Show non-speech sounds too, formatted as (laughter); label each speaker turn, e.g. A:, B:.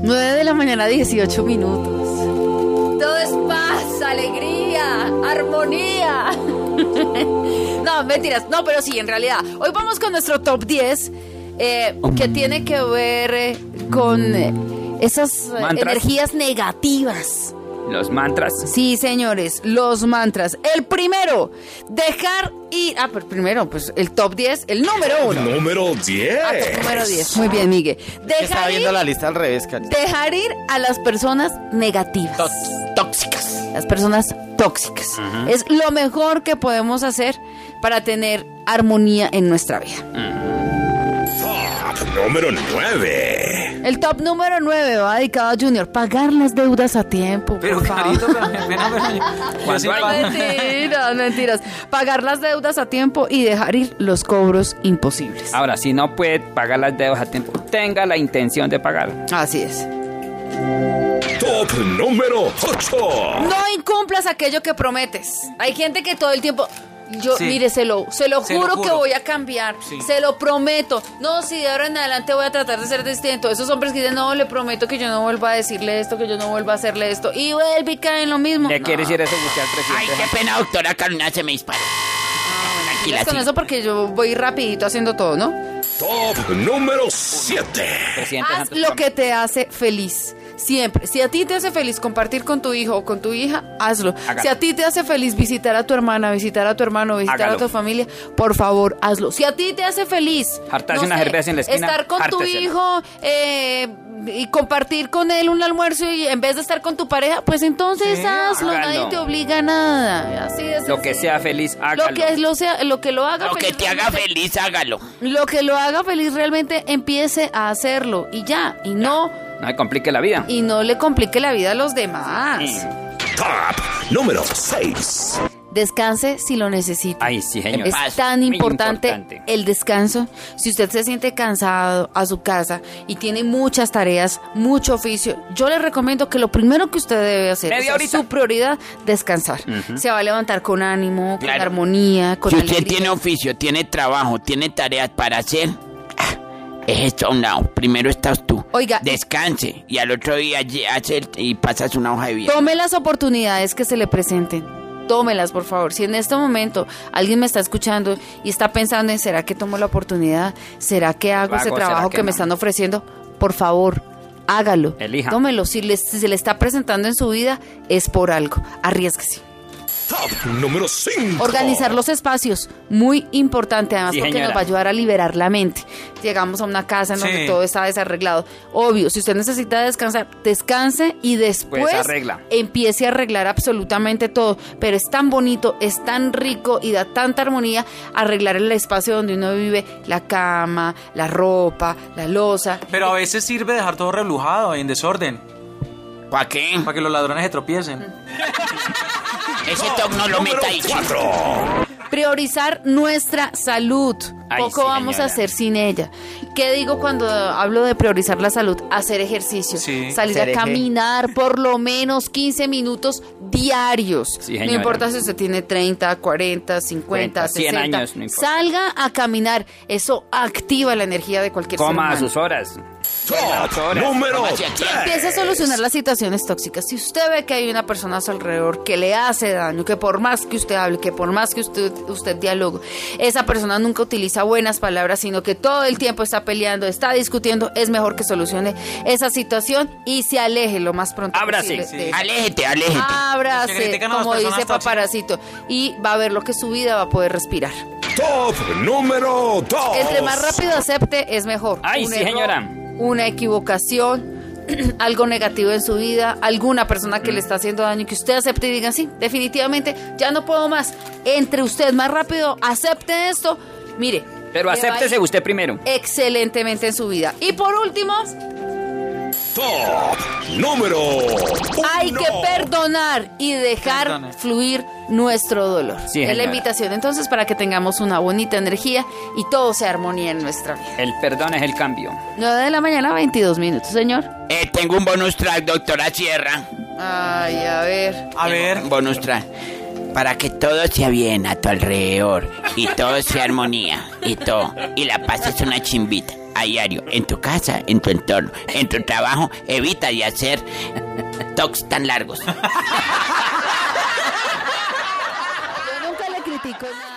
A: 9 de la mañana, 18 minutos.
B: Todo es paz, alegría, armonía. (laughs) no, mentiras. No, pero sí, en realidad. Hoy vamos con nuestro top 10 eh, que tiene que ver eh, con eh, esas eh,
C: Mantras.
B: energías negativas.
C: Los mantras.
A: Sí, señores, los mantras. El primero, dejar ir. Ah, pero primero, pues el top 10, el número uno.
D: Número
A: Ah,
D: 10.
A: top número 10. Muy bien, Miguel.
E: Eh. Estaba
A: Dejar ir,
E: viendo la lista al revés, Cari.
A: dejar ir a las personas negativas.
C: Tóxicas.
A: las personas tóxicas. Es lo mejor que podemos hacer para tener armonía en nuestra vida.
D: Top número 9.
A: El top número 9 va dedicado a Junior. Pagar las deudas a tiempo,
F: Pero
A: por favor. (laughs)
F: carito, pero, pero,
C: (laughs)
F: pero- yo sí pago.
A: Mentiras, mentiras. Pagar las deudas a tiempo y dejar ir los cobros imposibles.
E: Ah.
C: Ahora, si no puede pagar las deudas a tiempo, tenga la intención de pagar.
A: Así es.
D: Top número 8.
A: No incumplas aquello que prometes. Hay gente que todo el tiempo. Yo,
F: Sí.
A: mire, se lo, se lo
F: Se
A: juro
F: lo
A: que
F: juro.
A: voy a cambiar.
F: Sí.
A: Se lo prometo. No, si de ahora en adelante voy a tratar de ser distinto. Esos hombres que dicen, no, le prometo que yo no vuelva a decirle esto, que yo no vuelva a hacerle esto. Y vuelve y cae en lo mismo.
C: ¿Le
A: No.
C: quiere decir eso usted al
G: Ay,
C: presidente?
G: qué pena, doctora Carolina, se me disparó. Tranquila,
A: Pilas con
G: sí.
A: eso porque yo voy rapidito haciendo todo, ¿no?
D: Top número 7.
C: Presidente
A: Haz
C: Santos
A: lo
C: Pamela.
A: que te hace feliz. Siempre. Si a ti te hace feliz compartir con tu hijo o con tu hija, hazlo.
C: Hágalo.
A: Si a ti te hace feliz visitar a tu hermana, visitar a tu hermano, visitar a
C: Hágalo.
A: tu familia, por favor, hazlo. Si a ti te hace feliz
C: Hartarse una cerveza en la esquina,
A: estar con tu
C: hártesela.
A: hijo eh, y compartir con él un almuerzo y en vez de estar con tu pareja, pues entonces
F: Sí,
A: hazlo.
C: hágalo.
A: Nadie te obliga a nada. Así de
C: Lo que
A: sencillo.
C: sea feliz, hágalo.
A: Lo que lo sea, lo que lo haga
G: Lo que
A: feliz
G: te haga
A: realmente
G: feliz, hágalo.
A: lo que lo haga feliz realmente empiece a hacerlo y ya, y no,
C: No me complique la vida. Mm.
A: y no le complique la vida a los demás.
D: Top número 6.
A: Descanse si lo necesita.
C: Ay, sí, señor.
A: Es
G: paz,
A: tan
C: muy
A: importante,
C: importante.
A: el descanso. Si usted se siente cansado a su casa y tiene muchas tareas, mucho oficio, yo le recomiendo que lo primero que usted debe hacer
C: Media
A: es a
C: horita.
A: su prioridad descansar. Se va a levantar con ánimo, con
G: Claro.
A: armonía, con
G: Si usted
A: alegría.
G: tiene oficio, tiene trabajo, tiene tareas para hacer, ah, es esto a un lado. Primero estás tú.
A: Oiga.
G: Descanse y al otro día lle- hace el- y pasas una hoja de vida.
A: Tome las oportunidades que se le presenten. Tómelas, por favor. Si en este momento alguien me está escuchando y está pensando en será que tomo la oportunidad, será que hago
C: Lo
A: ese
C: hago,
A: trabajo
C: ¿será
A: que,
C: que
A: me
C: no?
A: están ofreciendo, por favor, hágalo.
C: Elija.
A: Tómelo. Si, le- si se le está presentando en su vida, es por algo. Arriesguese.
D: Top número 5.
A: Organizar los espacios, muy importante además
C: Sí,
A: porque
C: señora.
A: nos va a ayudar a liberar la mente. Llegamos a una casa en donde
F: Sí.
A: todo está desarreglado. Obvio, si usted necesita descansar, descanse y después
C: Pues arregla.
A: empiece a arreglar absolutamente todo. Pero es tan bonito, es tan rico y da tanta armonía arreglar el espacio donde uno vive, la cama, la ropa, la losa.
F: Pero a veces sirve dejar todo reblujado y en desorden
G: ¿Para qué?
F: para que los ladrones se tropiecen.
G: Ese top no lo meta ahí.
D: 4.
A: Priorizar nuestra salud.
C: Ay,
A: Poco
C: sí,
A: vamos a
C: señora.
A: hacer sin ella. ¿Qué digo cuando hablo de priorizar la salud? Hacer ejercicio.
F: Sí.
A: salir
E: Hacer
A: a
E: eje.
A: caminar por lo menos 15 minutos diarios.
C: Sí,
A: no
C: señora.
A: importa si usted tiene 30, 40, 50,
C: 40, 100
A: 60.
C: años, no importa.
A: Salga a caminar. Eso activa la energía de cualquier ser
C: Coma a
A: humano.
C: sus horas.
D: Top número 3.
A: Empieza a solucionar las situaciones tóxicas. Si usted ve que hay una persona a su alrededor que le hace daño, que por más que usted hable, que por más que usted, usted dialogue, esa persona nunca utiliza buenas palabras, sino que todo el tiempo está peleando, está discutiendo, es mejor que solucione esa situación y se aleje lo más pronto
C: Ábrase,
A: posible.
C: sí.
A: de-
G: Aléjete, aléjete.
F: Los que
A: Ábrase,
F: critican a las
A: como dice
F: personas tóxicas.
A: paparacito, y va a ver lo que es su vida va a poder respirar.
D: Top número 2.
A: Entre más rápido acepte, es mejor.
C: Ay, sí, señora.
A: Una equivocación, (clears throat) algo negativo en su vida, alguna persona
C: Mm.
A: que le está haciendo daño y que usted acepte y diga, sí, definitivamente, ya no puedo más. Entre usted más rápido acepte esto, mire. le va
C: Pero
A: a
C: acéptese
A: ir
C: usted primero.
A: Excelentemente en su vida. Y por último,
D: Top número
A: hay
D: uno.
A: que perdonar y dejar
F: Perdone.
A: fluir nuestro dolor.
C: Sí,
A: es la
C: señora.
A: invitación entonces para que tengamos una bonita energía y todo sea armonía en nuestra vida.
C: El perdón es el cambio.
A: 9 de la mañana, 22 minutos, señor.
G: Eh, tengo un bonus track, doctora Sierra.
A: Ay, a ver.
F: A ver,
G: Un bonus track. Para que todo sea bien a tu alrededor. Y todo sea armonía. Y todo. Y la paz es una chimbita. a diario, en tu casa, en tu entorno, en tu trabajo, evita de hacer talks tan largos.
A: Yo nunca le critico nada.